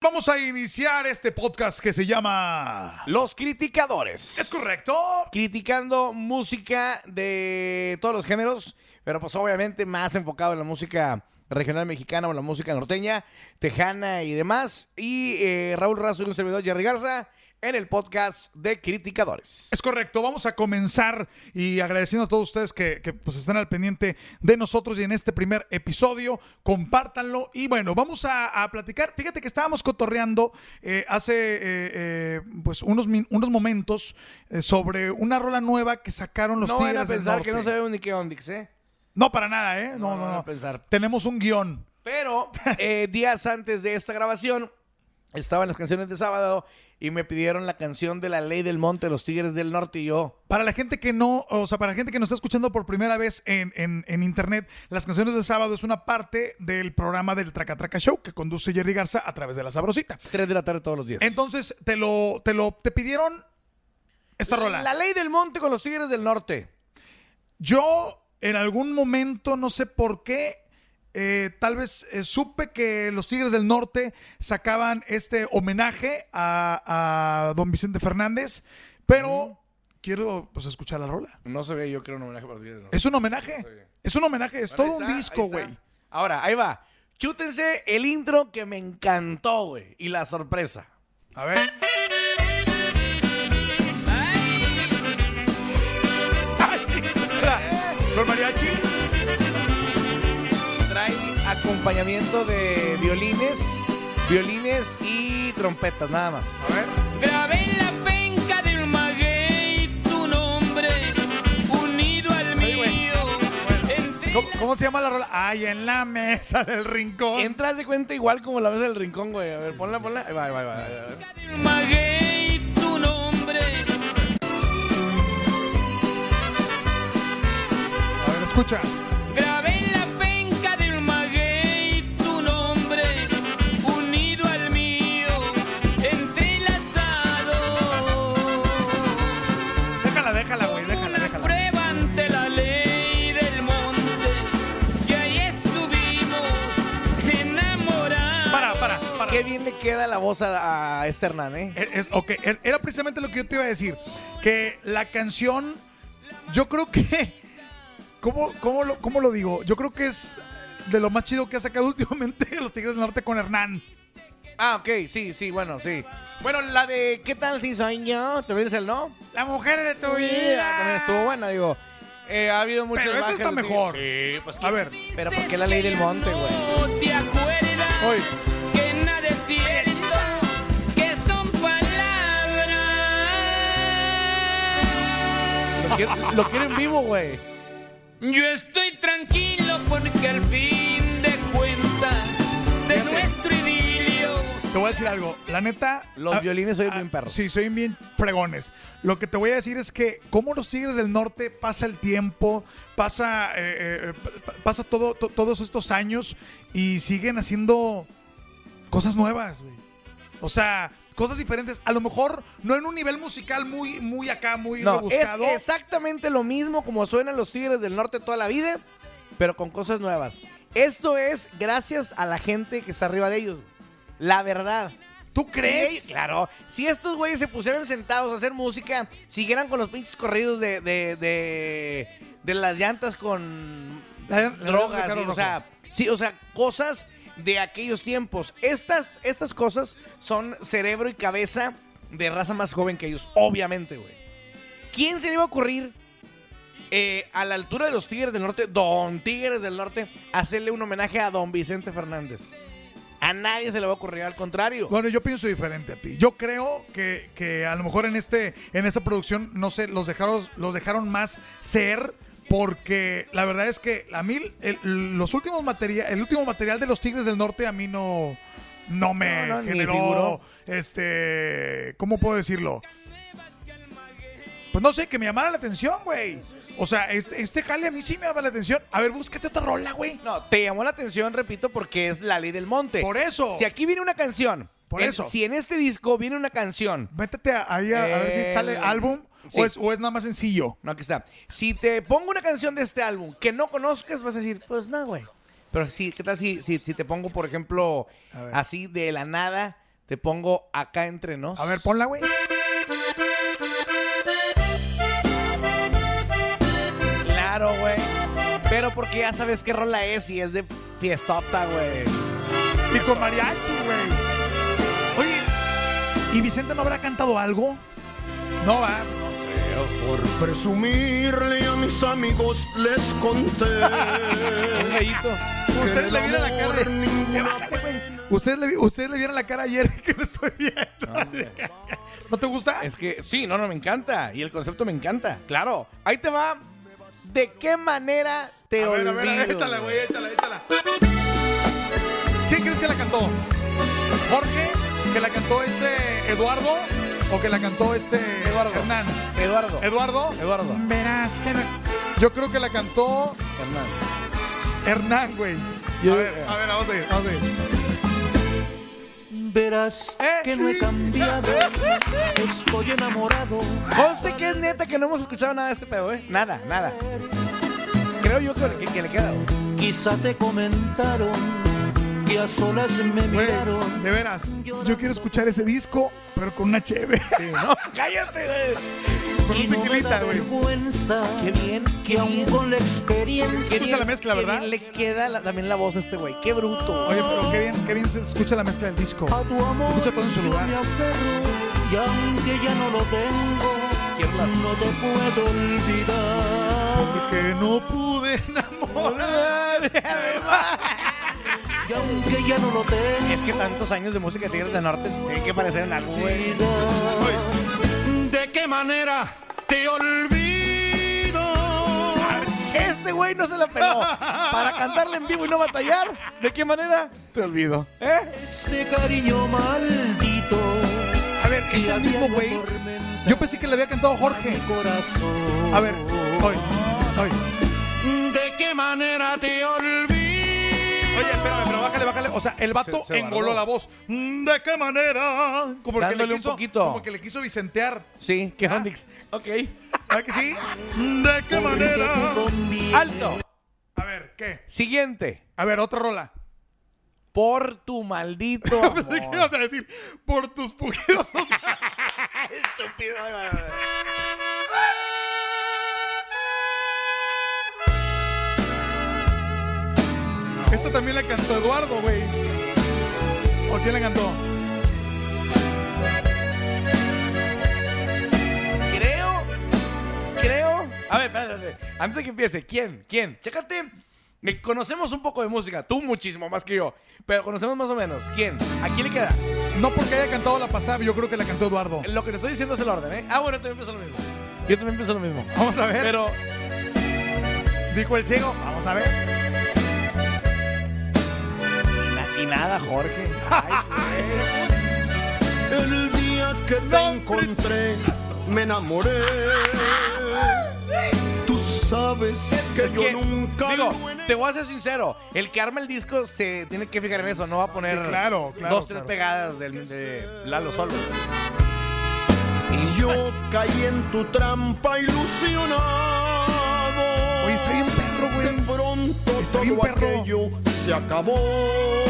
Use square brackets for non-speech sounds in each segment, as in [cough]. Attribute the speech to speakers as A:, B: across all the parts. A: Vamos a iniciar este podcast que se llama...
B: Los criticadores.
A: ¿Es correcto?
B: Criticando música de todos los géneros, pero pues obviamente más enfocado en la música regional mexicana o la música norteña, tejana y demás. Y eh, Raúl Razo y un servidor Jerry Garza en el podcast de Criticadores.
A: Es correcto, vamos a comenzar y agradeciendo a todos ustedes que, que, pues, están al pendiente de nosotros y en este primer episodio, compártanlo y bueno, vamos a, a platicar. Fíjate que estábamos cotorreando eh, hace eh, eh, pues unos, min- unos momentos eh, sobre una rola nueva que sacaron los
B: no
A: Tigres
B: van a
A: del
B: pensar
A: Norte.
B: que no sabemos ni qué ondix, ¿eh?
A: No, para nada, ¿eh? No, no, no.
B: van a pensar.
A: Tenemos un guión.
B: Pero eh, días antes de esta grabación estaban las canciones de sábado y me pidieron la canción de la ley del monte, de los tigres del norte y yo.
A: Para la gente que no, o sea, para la gente que nos está escuchando por primera vez en, en- en internet, las canciones de sábado es una parte del programa del Traca Traca Show que conduce Jerry Garza a través de la sabrosita.
B: Tres de la tarde todos los días.
A: Entonces, te lo, te lo, te pidieron esta rola.
B: La ley del monte con los tigres del norte.
A: Yo, en algún momento, no sé por qué, eh, tal vez eh, supe que los Tigres del Norte sacaban este homenaje a, a don Vicente Fernández, pero quiero pues, escuchar la rola.
B: No se ve, yo creo, un homenaje para los tigres del norte.
A: Es un homenaje, es un homenaje, es todo un disco, güey.
B: Ahora, ahí va. Chútense el intro que me encantó, güey. Y la sorpresa.
A: A ver. Ay, [laughs] sí, ¿verdad? ¿Los mariachi?
B: Trae acompañamiento de violines, violines y trompetas, nada más.
A: A ver.
C: Grabé en la penca del maguey tu nombre unido al mío. Entre
A: ¿Cómo, cómo se llama la rola? Ay, en la mesa del rincón.
B: Entras de cuenta igual como la mesa del rincón, güey. A ver, ponla, ponla. Ahí va, ahí va, ahí va, ahí va.
C: la penca del maguey tu nombre.
A: A ver, escucha.
C: Grabé en la penca del maguey tu nombre unido al mío. Entrelazado.
A: Déjala, déjala, güey, déjala,
C: Una
A: déjala.
C: prueba ante la ley del monte que ahí estuvimos enamorados.
A: Para, para, para.
B: Qué bien le queda la voz a, a este Hernán, ¿eh?
A: Es- es- ok, er- era precisamente lo que yo te iba a decir. Que la canción, yo creo que. ¿Cómo, cómo, lo, cómo lo digo? Yo creo que es de lo más chido que ha sacado [laughs] últimamente los Tigres del Norte con Hernán.
B: Ah, ok, sí, sí, bueno, sí. Bueno, la de ¿Qué tal si soy yo? ¿Te ves el no?
A: La mujer de tu
B: Ah, También estuvo buena, digo. Eh, ha habido muchas
A: Pero esta
B: bajas
A: está
B: de Tigres.
A: mejor.
B: Sí, pues
A: A ver,
B: Pero ¿por qué la ley del monte, güey?
C: No te acuerdas
A: Oye.
C: que nada es cierto, que son palabras.
B: Lo quiero, lo quiero en
A: [laughs]
B: vivo, güey.
C: Yo estoy tranquilo porque al fin de cuentas de nuestro idilio.
A: te voy a decir algo. La neta.
B: Los
A: ah,
B: violines hoy
A: ah,
B: bien perros.
A: Sí, soy bien fregones. Lo que te voy a decir es que como los Tigres del Norte pasa el tiempo, pasa, eh, eh, pa- pa- pasa todo, to- todos estos años y siguen haciendo cosas nuevas, güey. O sea, cosas diferentes. A lo mejor no en un nivel musical muy, muy acá, muy
B: No, es
A: rebuscado.
B: exactamente lo mismo como suenan los Tigres del Norte toda la vida, pero con cosas nuevas. Esto es gracias a la gente que está arriba de ellos. La verdad.
A: ¿Tú
B: ¿Crees?
A: crees?
B: claro. Si estos güeyes se pusieran sentados a hacer música, siguieran con los pinches corridos de, de, de, de las llantas con
A: La- la- la- de
B: drogas.
A: Carlos
B: y, o, sea, sí, o sea, cosas de aquellos tiempos. Estas, estas cosas son cerebro y cabeza de raza más joven que ellos, obviamente, güey. ¿Quién se le iba a ocurrir eh, a la altura de los Tigres del Norte, Don Tigres del Norte, hacerle un homenaje a Don Vicente Fernández? A nadie se le va a ocurrir, al contrario.
A: Bueno, yo pienso diferente a ti. Yo creo que, que a lo mejor en este en esta producción, no sé, los dejaron, los dejaron más ser. Porque la verdad es que a mí el, los últimos materia- el último material de los Tigres del Norte a mí no, no me
B: No, no, ni
A: generó
B: figuró.
A: este ¿cómo puedo decirlo? Pues no sé, que me llamara la atención, güey. O sea, este, este jale a mí sí me llama la atención. A ver, búscate otra rola, güey.
B: No, te llamó la atención, repito, porque es la ley del monte.
A: Por eso.
B: Si aquí viene una canción.
A: Por
B: en-
A: eso.
B: Si en este disco viene una canción.
A: Métete a- ahí a, a ver si
B: El-
A: sale álbum
B: Eh, sí.
A: o, es, o es nada más sencillo.
B: No, aquí está. Si te pongo una canción de este álbum que no conozcas, vas a decir, pues nada, güey. Pero sí, ¿qué tal si, si, si te pongo, por ejemplo,
A: A ver.
B: así de la nada, te pongo acá entre nos.
A: A ver, ponla, güey.
B: Claro, güey. Pero porque ya sabes qué rola es y es de fiestota, güey.
A: Y con mariachi, güey. Oye, ¿y Vicente no habrá cantado algo? No, va.
D: Por presumirle a mis amigos les
A: [laughs]
D: conté.
B: Un gallito.
A: Ustedes
D: el
A: le vieron la
D: amor
A: cara de... [laughs]
D: ninguna
A: Bájale, güey. Ustedes le, vi- ustedes le vieron la cara ayer [laughs] que lo estoy viendo. ¿No te gusta?
B: Es que sí, no, no, me encanta. Y el concepto me encanta. Claro. Ahí te va. ¿De qué manera te
A: a ver, a ver, a ver,
B: olvido,
A: échala, güey, échala, échala. ¿Quién crees que la cantó? ¿Jorge? ¿Que la cantó este Eduardo? ¿O que la cantó este
B: Eduardo.
A: Hernán?
B: Eduardo.
A: ¿Eduardo?
B: Eduardo.
A: Verás que no. Yo creo que la cantó
B: Hernán.
A: Hernán, güey.
B: Yo-
A: A ver, a ver, vamos a ir, vamos a ir.
D: Verás
B: Eh,
D: que no
B: sí.
D: he cambiado. Estoy enamorado.
B: Conste que es neta que no hemos escuchado nada de este pedo, ¿eh? Nada, nada. Creo yo que, que- que le queda. güey. [laughs]
D: Quizá te comentaron que a solas me
A: Güey,
D: miraron.
A: de veras, yo quiero escuchar ese disco, pero con una cheve.
B: No, cállate, güey.
A: [laughs] con
D: Y
A: un
D: no me da
A: tequilita, güey.
D: vergüenza.
B: Qué bien,
D: Que
B: qué
D: aún
B: bien.
D: con la
A: Qué
D: experiencia.
A: escucha la mezcla,
B: Qué
A: ¿verdad?
B: bien le queda la- también la voz a este güey. Qué bruto.
A: Oye, pero qué bien, qué bien se escucha la mezcla del disco.
D: A tu amor
A: Escucha todo en su
D: yo
A: lugar.
D: me aferro, y aunque ya no lo tengo,
B: Quiero las-
D: no te puedo olvidar.
A: Porque no pude enamorar. [laughs]
D: Y aunque ya no lo tengo,
B: [laughs] Es que tantos años de música de Tigres del Norte tiene que parecer en algo, güey.
D: ¿De qué manera te olvido?
B: Este güey no se la [laughs] peló. Para cantarle en vivo y no batallar, ¿de qué manera? Te olvido. ¿Eh?
D: Este cariño maldito.
A: A ver, es
D: que
A: el
D: había
A: mismo güey.
D: atormentado
A: Yo pensé que le había cantado Jorge.
D: mi corazón.
A: A ver, hoy, hoy.
D: ¿De qué manera te olvido?
A: Oye, espérame, pero bájale, bájale. O sea, el vato
B: Se- se
A: engoló
B: guardó.
A: la voz. Mm, ¿De qué manera? Como que,
B: Dándole
A: le
B: un
A: quiso,
B: poquito.
A: como que le quiso vicentear.
B: Sí, qué Andix. Ok.
A: ¿Sabes que sí? Mm, ¿De qué
B: Alto.
A: A ver, ¿qué?
B: Siguiente.
A: A ver, otra rola.
B: Por tu [laughs] maldito
A: Pensé [laughs] que
B: amor.
A: ibas a decir, por tus pujidos.
B: Estúpido. Ay, ay, ay.
A: Esta también la cantó Eduardo, güey. ¿O quién la cantó?
B: Creo, creo. A ver, espérate, espérate. Antes de que empiece, ¿quién? ¿Quién? Chécate. que Conocemos un poco de música, tú muchísimo más que yo, pero conocemos más o menos. ¿Quién? ¿A quién le queda?
A: No porque haya cantado la pasada, yo creo que la cantó Eduardo.
B: Lo que te estoy diciendo es el orden, ¿eh? Ah, bueno, yo también pienso lo mismo. Yo también pienso lo mismo.
A: Vamos a ver.
B: Pero
A: Dijo el ciego. Vamos a ver.
B: Y nada, Jorge. Ay,
D: El día que te encontré, me enamoré. Tú sabes que
B: es
D: yo
B: que,
D: nunca.
B: digo,
D: lo he-
B: te voy a ser sincero. El que arma el disco se tiene que fijar en eso. No va a poner
A: Sí, claro, claro,
B: dos, tres
A: claro.
B: pegadas del, de Lalo Solo.
D: Y yo caí en tu trampa ilusionado.
A: Oye, está bien perro,
D: De
A: güey.
D: pronto
A: Está
D: todo
A: bien perro.
D: aquello se acabó.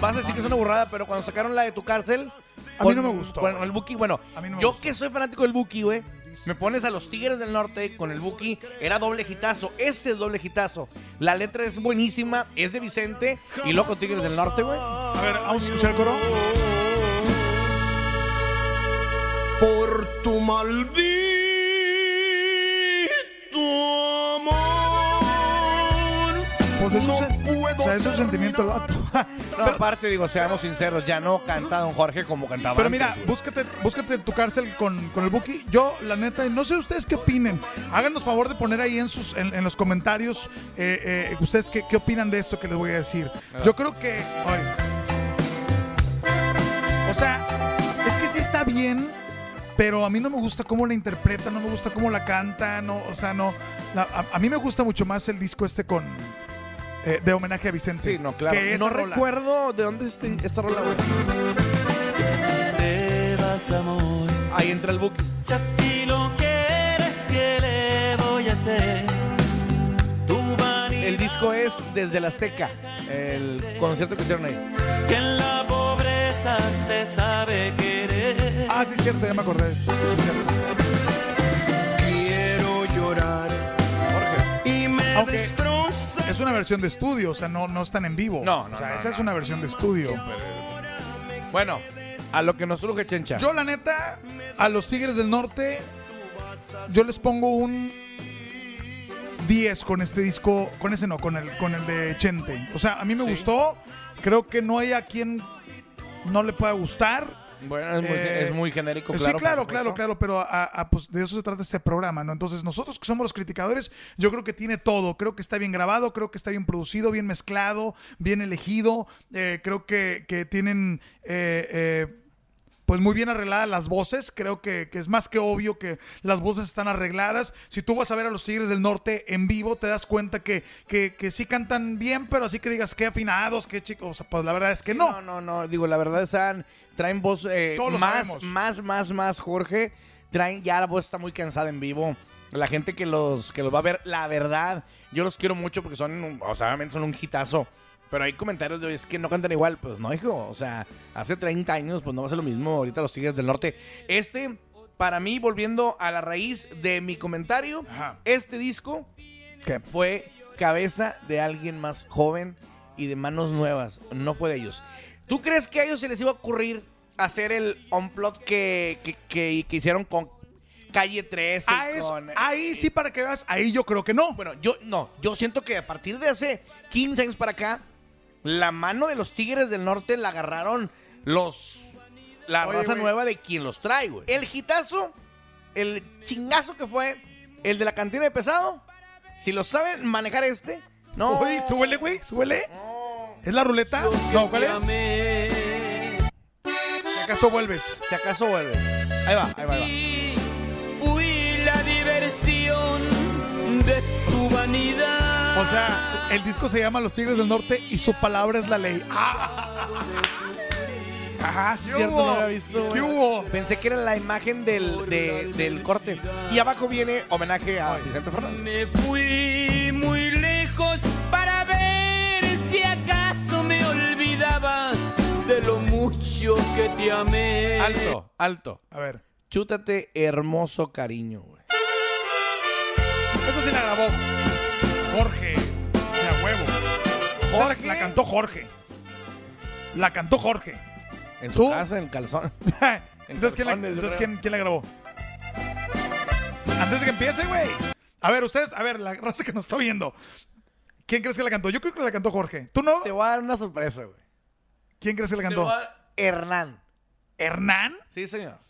B: Vas a decir que es una burrada, pero cuando sacaron la de tu cárcel.
A: A mí no me gustó,
B: Con
A: güey.
B: el Buki, bueno,
A: A mí no me
B: yo
A: gustó.
B: que soy fanático del Buki, güey. Me pones a los Tigres del Norte con el Buki. Era doble hitazo. Este es doble hitazo. La letra es buenísima. Es de Vicente. Y loco Tigres del Norte, güey.
A: A ver, vamos a escuchar el coro.
D: Por tu maldito amor.
A: Pues es un
D: no
A: sen-
D: puedo
A: O sea, es un sentimiento el
D: terminar.
A: vato. [laughs]
B: No, aparte, digo, seamos sinceros, ya no canta Don Jorge como cantaba.
A: Pero
B: antes,
A: mira,
B: güey.
A: búscate, búscate tu cárcel con, con el Buki. Yo, la neta, no sé ustedes qué opinen. Háganos favor de poner ahí en sus en, en los comentarios eh, eh, ustedes qué, qué opinan de esto que les voy a decir. Yo creo que. ay. o sea, es que sí está bien, pero a mí no me gusta cómo la interpreta, no me gusta cómo la canta, no, o sea, no. La- a, a mí me gusta mucho más el disco este con. eh, de homenaje a Vicente.
B: Sí, no, claro.
A: que esa
B: no
A: rola.
B: recuerdo de dónde este, esta rola, güey.
E: Te vas amor,
B: Ahí entra el book.
E: si así lo quieres que le voy a hacer. Tu vanidad
B: El disco es Desde la Azteca, el concierto que hicieron ahí.
E: que en la pobreza se sabe querer.
A: Ah, sí, es cierto, ya me acordé. Sí, es cierto.
F: Quiero llorar
A: Jorge.
F: y me
A: Aunque-
F: destroza.
A: Es una versión de estudio, o sea, no, no están en vivo.
B: No, no,
A: O sea,
B: no,
A: esa
B: no,
A: es una versión de estudio.
B: Bueno, a lo que nos truje, Chencha.
A: Yo, la neta, a los Tigres del Norte, yo les pongo un 10 con este disco, con ese no, con el, con el de Chente. O sea, a mí me gustó, creo que no hay a quien no le pueda gustar.
B: bueno, es muy,
A: Eh,
B: es muy genérico,
A: Sí,
B: claro. por
A: claro,
B: supuesto.
A: claro, claro, pero a- a, pues, de eso se trata este programa, ¿no? Entonces, nosotros que somos los criticadores, yo creo que tiene todo. Creo que está bien grabado, creo que está bien producido, bien mezclado, bien elegido. Eh, creo que, que tienen. eh, eh, pues muy bien arregladas las voces, creo que, que es más que obvio que las voces están arregladas. Si tú vas a ver a los Tigres del Norte en vivo, te das cuenta que, que, que sí cantan bien, pero así que digas qué afinados, qué chicos, o sea, pues la verdad es que no.
B: No, no, no. Digo, la verdad, están, traen voz eh,
A: Todos lo
B: más,
A: sabemos.
B: más, más, más, Jorge. Traen, ya la voz está muy cansada en vivo. La gente que los, que los va a ver, la verdad, yo los quiero mucho porque son, un- o sea, obviamente son un hitazo. Pero hay comentarios de, es que no cantan igual. Pues no, hijo. O sea, hace 30 años, pues no va a ser lo mismo ahorita los Tigres del Norte. Este, para mí, volviendo a la raíz de mi comentario,
A: Ajá.
B: este disco
A: ¿Qué?
B: fue cabeza de alguien más joven y de manos nuevas. No fue de ellos. ¿Tú crees que a ellos se les iba a ocurrir hacer el unplot que, que, que- que hicieron con Calle 13?
A: Ah, es-
B: con-
A: ahí sí, para que veas, ahí yo creo que no.
B: Bueno, yo no. Yo siento que a partir de hace 15 años para acá, la mano de los Tigres del Norte la agarraron los. La
A: Oye,
B: raza
A: güey.
B: nueva de quien los trae, güey. El hitazo, el chingazo que fue, el de la cantina de pesado. Si lo saben manejar este, no.
A: Uy, súbele, güey, súbele. ¿Es la ruleta? No, ¿cuál es? Si acaso vuelves.
B: Si acaso vuelves. Ahí va, ahí va, ahí
C: Fui la diversión de tu vanidad.
A: O sea, el disco se llama Los Tigres del Norte y su palabra es la ley. Ah,
B: va. Ajá, Ah, sí,
A: ¿Qué
B: es cierto,
A: hubo?
B: no lo había visto.
A: ¿Qué
B: güey.
A: hubo?
B: Pensé que era la imagen del, de- del corte. Y abajo viene homenaje a Vicente Fernández.
C: Me fui muy lejos para ver si acaso me olvidaba de lo mucho que te amé.
B: Alto, alto.
A: a ver.
B: Chútate hermoso cariño, güey.
A: Eso sí la grabó Jorge. De a huevo. O sea,
B: Jorge.
A: La cantó Jorge. La cantó Jorge.
B: En su
A: ¿Tú?
B: casa, en el calzón. [laughs]
A: [laughs] entonces, ¿quién la,
B: calzones, yo
A: entonces,
B: creo.
A: ¿quién- quién la grabó? Antes de que empiece, güey. A ver, ustedes, a ver, la raza que nos está viendo. ¿Quién crees que la cantó? Yo creo que la cantó Jorge. ¿Tú no?
B: Te voy a dar una sorpresa, güey.
A: ¿Quién crees que la
B: Te
A: cantó?
B: voy a dar- Hernán.
A: ¿Hernán?
B: Sí, señor.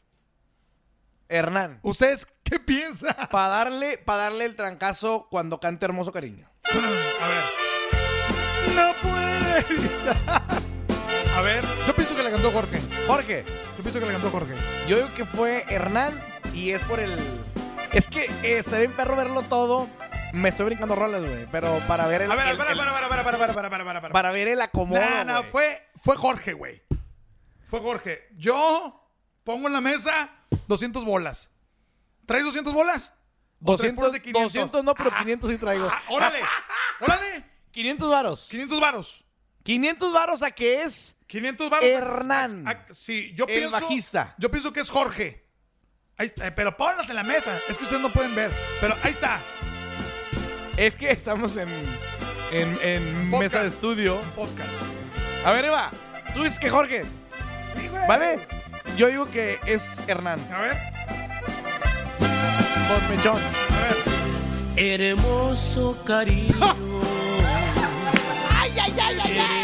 B: Hernán.
A: ¿Ustedes qué piensan?
B: Para darle, pa' darle el trancazo cuando cante hermoso cariño.
A: A ver. No puede. A ver, yo pienso que la cantó Jorge.
B: Jorge,
A: Yo pienso que la cantó Jorge.
B: yo digo que fue Hernán y es por el. Es que eh, estaría en perro verlo todo. Me estoy brincando roles, güey. Pero para ver el.
A: A ver,
B: el-
A: para,
B: el-
A: para, para, para, para, para, para, para, para.
B: para ver el acomodo.
A: No, no,
B: güey.
A: fue, fue Jorge, güey. Fue Jorge. Yo pongo en la mesa 200 bolas. ¿Traes 200 bolas? ¿O traes
B: 200,
A: puras de 500?
B: 200 no, pero
A: Ah,
B: 500 sí traigo.
A: ah,
B: [laughs]
A: ¡Órale! ¡Órale!
B: 500 varos.
A: 500 varos.
B: 500 varos a que es
A: 500 varos.
B: Hernán.
A: Ah, sí, yo
B: El
A: pienso.
B: bajista.
A: Yo pienso que es Jorge. Ahí está, eh, pero ponlas en la mesa. Es que ustedes no pueden ver. Pero ahí está.
B: Es que estamos en, en, en
A: Podcast.
B: mesa de estudio.
A: Podcast.
B: A ver, Eva, tú dices que Jorge,
A: Sí, güey.
B: ¿vale? Yo digo que es Hernán.
A: A ver,
B: Por mechón.
A: a ver.
E: Hermoso cariño.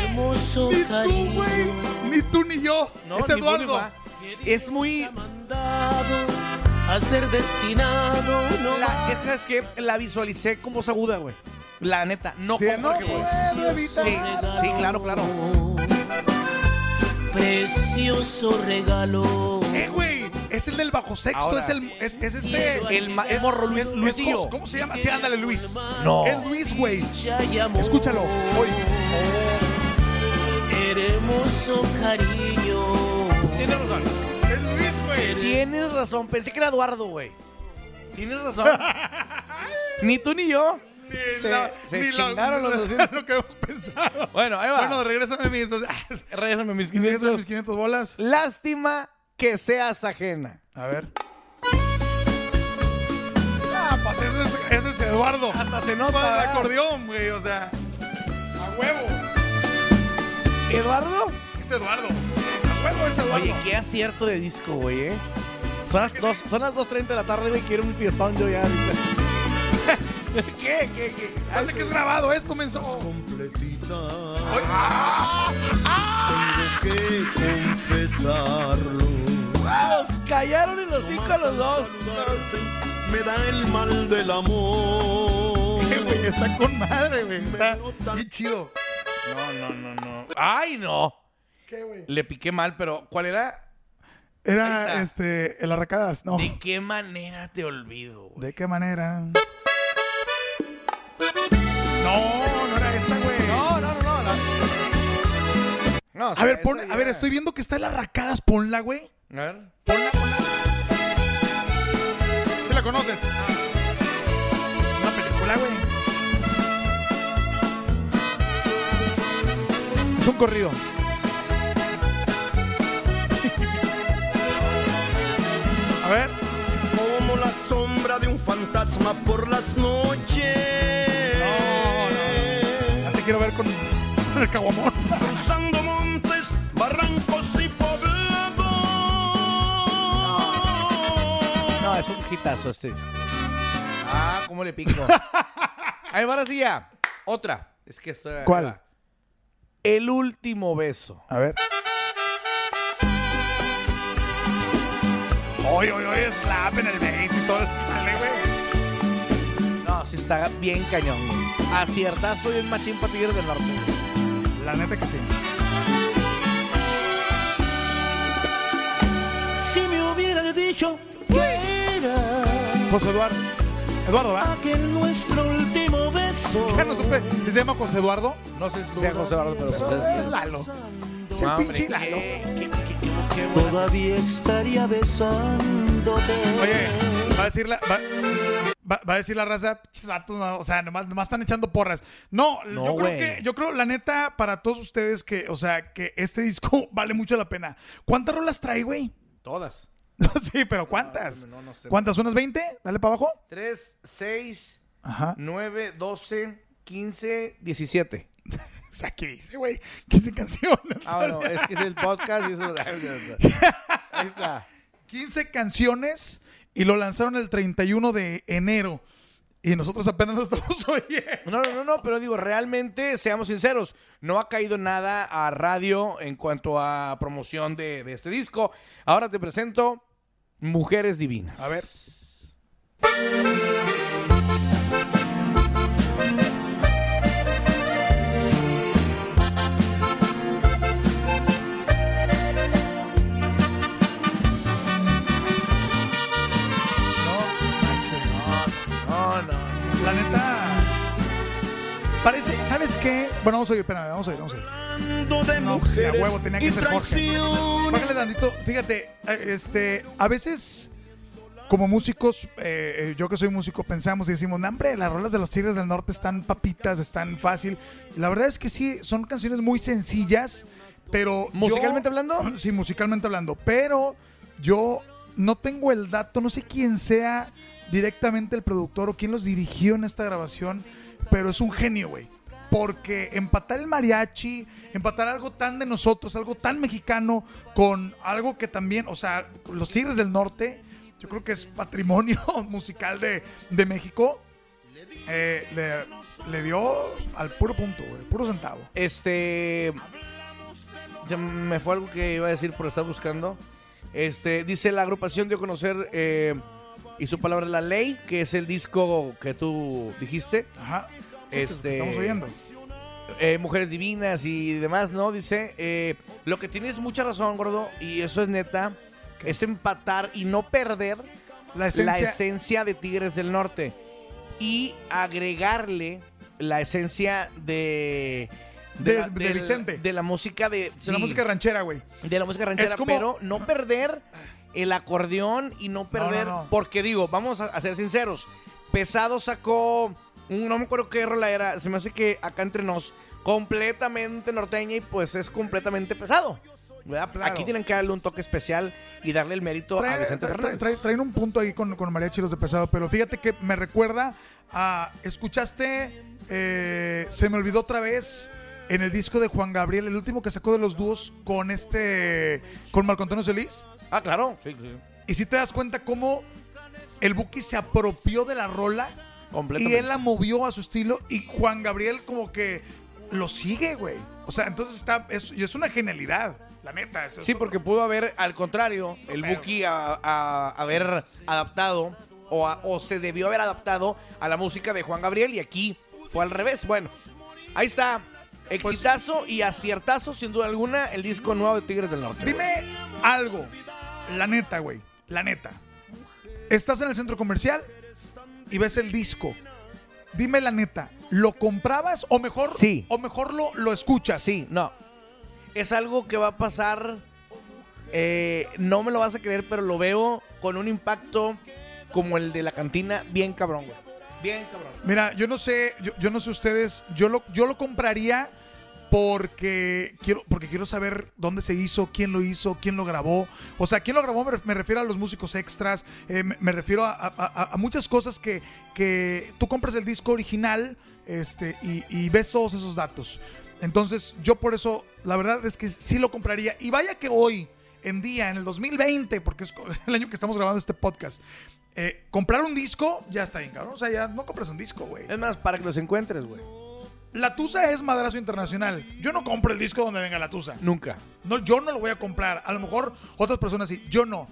E: Hermoso
A: Ni tú,
E: cariño.
A: güey. Ni tú ni yo. es
B: ninguno
A: Eduardo.
B: va. Es muy.
E: Mandado a ser destinado. No
B: La, es que, ¿sabes qué? la visualicé con voz aguda, güey. La neta, no
A: Sí,
B: con
A: ¿no? pues.
B: Jorge, güey.
A: Puedo evitar.
B: Sí, sí, claro, claro.
E: Precioso regalo.
A: Eh, güey, es el del bajo sexto,
B: Ahora.
A: es el es, es este
B: El, ma- el morro Luis,
A: es-
B: Luisillo.
A: es- ¿Cómo se llama? Sí, ándale, Luis.
B: No.
A: Es Luis, güey.
E: Ya y amor.
A: Escúchalo, hoy.
E: Hermoso cariño.
B: Tienes razón.
A: Es Luis, güey.
B: Tienes
A: [laughs]
B: razón. Pensé que era Eduardo, güey. Tienes razón. ni tú ni yo.
A: ni
B: Se-
A: la-
B: se
A: ni la-
B: chingaron
A: [laughs]
B: los
A: lo-
B: 200.
A: lo que hemos pensado.
B: Bueno, ahí va.
A: Bueno, regrésame mis, dos- [laughs]
B: Regrésame mis
A: regrésame
B: 500.
A: mis 500 bolas.
B: Lástima que seas ajena.
A: A ver. Ah, pues ese es, ese es Eduardo.
B: Hasta se nota,
A: Para el
B: ¿verdad?
A: acordeón, güey, o sea. A huevo.
B: Eduardo.
A: Es Eduardo. A huevo es Eduardo.
B: Oye, qué acierto de disco, güey, ¿eh? Son las, dos, son las 2.30 de la tarde, güey. Quiero un fiestón yo ya. ahorita. ¿Qué? ¿Qué? Ah, ¿Qué?
A: Hace que es grabado esto, menso.
D: Completita,
A: Oye, ¡ah!
D: tengo que confesarlo.
B: Nos callaron en los cinco a los dos.
D: Me da el mal del amor.
A: Eh, [laughs] güey, está con madre, güey. Está bien chido.
B: No, no, no, no. ¡Ay, no!
A: ¿Qué, güey?
B: Le piqué mal, pero ¿cuál era?
A: Era
B: Ahí está.
A: este, el arracadas. No.
B: ¿De qué manera te olvido, güey?
A: ¿De qué manera? No, no era esa, güey.
B: No, no, no, no. no. No, o
A: A
B: sea,
A: ver, pon,
B: esa
A: a ver,
B: ya-
A: estoy viendo que está el arracadas. Ponla, güey.
B: A ver.
A: Ponla, ponla. ¿Sí la conoces? Una película, güey. Es un corrido. A ver.
D: Como la sombra de un fantasma por las noches.
A: Ya te quiero ver con, con el caguamón.
D: Cruzando montes, barrancos y poblados.
B: No, es un hitazo este disco. Ah, ¿cómo le [laughs] pico? Ahí va, ahora sí ya. Otra. Es que estoy.
A: ¿Cuál?
B: El último beso.
A: A ver. Oye, oye, oye, slap en el bass y todo el jale, güey.
B: No, sí está bien cañón. güey. Aciertazo y el machín para Tigres del Norte.
A: La neta que sí.
D: Si me hubieras dicho que era
A: José Eduardo. Eduardo, ¿va?
D: aquel nuestro último beso.
A: Ya no supe. ¿Se llama José Eduardo?
B: No sé si sea José Eduardo, pero pues
A: Es
B: es.
A: Lalo. Es el
B: No, hombre,
A: pinche Lalo.
B: qué- qué- qué- qué- qué buena-
D: Todavía estaría besándote.
A: Oye, va a decir la, va, va- va a decir la raza, "Pinches vatos, no, o sea, nomás, nomás están echando porras. No,
B: No,
A: yo creo
B: güey.
A: que, yo creo, la neta, para todos ustedes que, o sea, que este disco [laughs] vale mucho la pena. ¿Cuántas rolas trae, güey? [laughs]
B: Todas.
A: sí, pero ¿cuántas?
B: no, no sé.
A: ¿Cuántas? ¿Unas 20? Dale para abajo.
B: 3, 6,
A: Ajá.
B: Mm. 9, 12, 15, 17.
A: O sea, ¿qué dice, güey? 15 canciones.
B: Ah, bueno, es que es el podcast y eso. [laughs] Ahí está.
A: 15 canciones y lo lanzaron el 31 de enero. Y nosotros apenas lo estamos [laughs] oyendo.
B: No, no, no, no, pero digo, realmente, seamos sinceros, no ha caído nada a radio en cuanto a promoción de, de este disco. Ahora te presento Mujeres Divinas.
A: A ver.
B: No, no.
A: La neta. Parece, ¿sabes qué? Bueno, vamos a oír, espérame, vamos a oír, vamos a oír.
D: Hablando de
A: No, sí, a
D: mujeres
A: huevo, tenía que
D: y
A: ser Jorge.
D: traición.
A: Bájale tantito. Fíjate, eh, este, a veces como músicos, eh, eh, yo que soy músico, pensamos y decimos, "No, hombre, las rolas de los Tigres del Norte están papitas, están fácil. Y la verdad es que sí, son canciones muy sencillas, pero... yo-
B: ¿Musicalmente hablando?
A: Sí, musicalmente hablando, pero yo no tengo el dato, no sé quién sea directamente el productor o quién los dirigió en esta grabación, pero es un genio, güey. Porque empatar el mariachi, empatar algo tan de nosotros, algo tan mexicano, con algo que también, o sea, los Tigres del Norte, yo creo que es patrimonio [laughs] musical de, de México, eh, le, le dio al puro punto, güey, puro centavo.
B: Este. se me fue algo que iba a decir por estar buscando. Este, dice la agrupación dio a conocer eh, y su palabra la ley, que es el disco que tú dijiste.
A: Ajá. Sí,
B: Este-
A: Estamos oyendo.
B: eh, mujeres divinas y demás, ¿no? Dice, eh, lo que tienes mucha razón, gordo, y eso es neta, es empatar y no perder
A: La esencia.
B: la esencia de Tigres del Norte y agregarle la esencia de...
A: De-
B: la-
A: de
B: del-
A: Vicente.
B: De la música de...
A: de la
B: sí,
A: música ranchera, güey.
B: de la música ranchera,
A: Es como-
B: pero no perder el acordeón y no perder,
A: no, no.
B: porque digo, vamos a, a ser sinceros, Pesado sacó No me acuerdo qué rola era. Se me hace que acá entre nos, completamente norteña y pues es completamente pesado. ¿verdad?
A: Claro.
B: Aquí tienen que darle un toque especial y darle el mérito a
A: Trae-
B: Ah, Vicente
A: tra- tra-
B: Fernández.
A: trae- traen un punto ahí con, con María Chilos de Pesado, pero fíjate que me recuerda a. Escuchaste. eh, se me olvidó otra vez. En el disco de Juan Gabriel, el último que sacó de los dúos con este. con Marco Antonio Solís.
B: Ah, claro. Sí, sí.
A: Y si te das cuenta cómo el Buki se apropió de la rola y
B: Completamente.
A: él la movió a su estilo y Juan Gabriel como que lo sigue, güey. O sea, entonces está es, y es una genialidad, la neta. es- es
B: Sí,
A: otro-
B: porque pudo haber, al contrario, el
A: Pero-
B: Buki a, a- haber adaptado o, a- o se debió haber adaptado a la música de Juan Gabriel y aquí fue al revés. Bueno, ahí está. Exitazo y aciertazo, sin duda alguna, el disco nuevo de Tigres del Norte. güey.
A: Dime algo, la neta, güey, la neta. Estás en el centro comercial y ves el disco. Dime la neta, ¿lo comprabas o mejor
B: Sí.
A: o mejor lo, lo escuchas?
B: Sí, no. Es algo que va a pasar. eh, no me lo vas a creer, pero lo veo con un impacto como el de la cantina, bien cabrón, güey. Bien cabrón.
A: Mira, yo no sé, yo, yo no sé ustedes, yo lo, yo lo compraría porque quiero, porque quiero saber dónde se hizo, quién lo hizo, quién lo grabó. O sea, quién lo grabó me, ref- me refiero a los músicos extras, eh, me, me refiero a, a- a- a muchas cosas que, que tú compras el disco original este, y, y ves todos esos datos. Entonces, yo por eso, la verdad es que sí lo compraría. Y vaya que hoy, en día, en el 2020, porque es co- [laughs] el año que estamos grabando este podcast, eh, comprar un disco ya está bien, cabrón. O sea, ya no compras un disco, güey.
B: Es más, para que los encuentres, güey.
A: La Tusa es madrazo internacional. Yo no compro el disco donde venga la Tusa.
B: Nunca.
A: No, yo no lo voy a comprar. A lo mejor otras personas sí, yo no.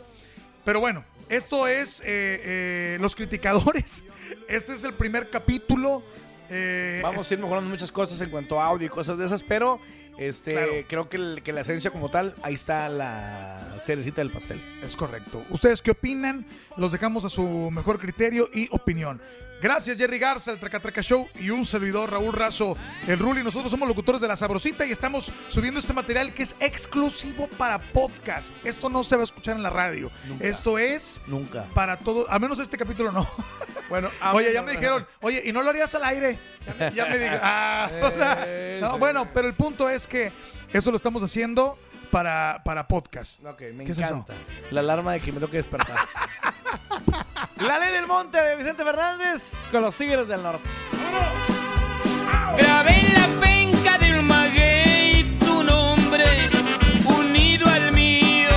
A: Pero bueno, esto es eh, eh, Los Criticadores. [laughs] Este es el primer capítulo. Eh,
B: Vamos
A: es-
B: a ir mejorando muchas cosas en cuanto a audio y cosas de esas, pero este,
A: Claro.
B: creo que, el- que la esencia como tal, ahí está la cerecita del pastel.
A: Es correcto. ¿Ustedes qué opinan? Los dejamos a su mejor criterio y opinión. Gracias, Jerry Garza, el Traca Traca Show y un servidor, Raúl Razo, el Ruli. Nosotros somos locutores de La Sabrosita y estamos subiendo este material que es exclusivo para podcast. Esto no se va a escuchar en la radio.
B: Nunca.
A: Esto es
B: Nunca.
A: para todo, al menos este capítulo no.
B: Bueno,
A: Oye, ya me dijeron, oye, ¿y no lo harías al aire? Ya me- Ya me dijeron,
B: [laughs]
A: ah, o sea, no, bueno, pero el punto es que eso lo estamos haciendo para, para podcast.
B: Ok, me
A: ¿Qué es eso?
B: encanta. la alarma de que me toque
A: [laughs]
B: despertar. la ley del monte de Vicente Fernández con los Tigres del Norte.
C: Grabé en la penca del maguey tu nombre unido al mío,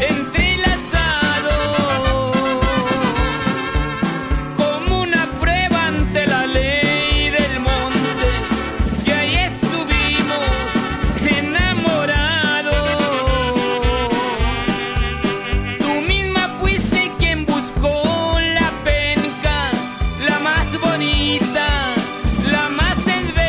C: entrelazado como una prueba ante la ley del monte. Y ahí estuvimos enamorados. Tú misma fuiste quien buscó la penca, la más bonita, la más esbelta.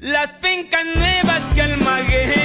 C: las pencas nuevas que almagué.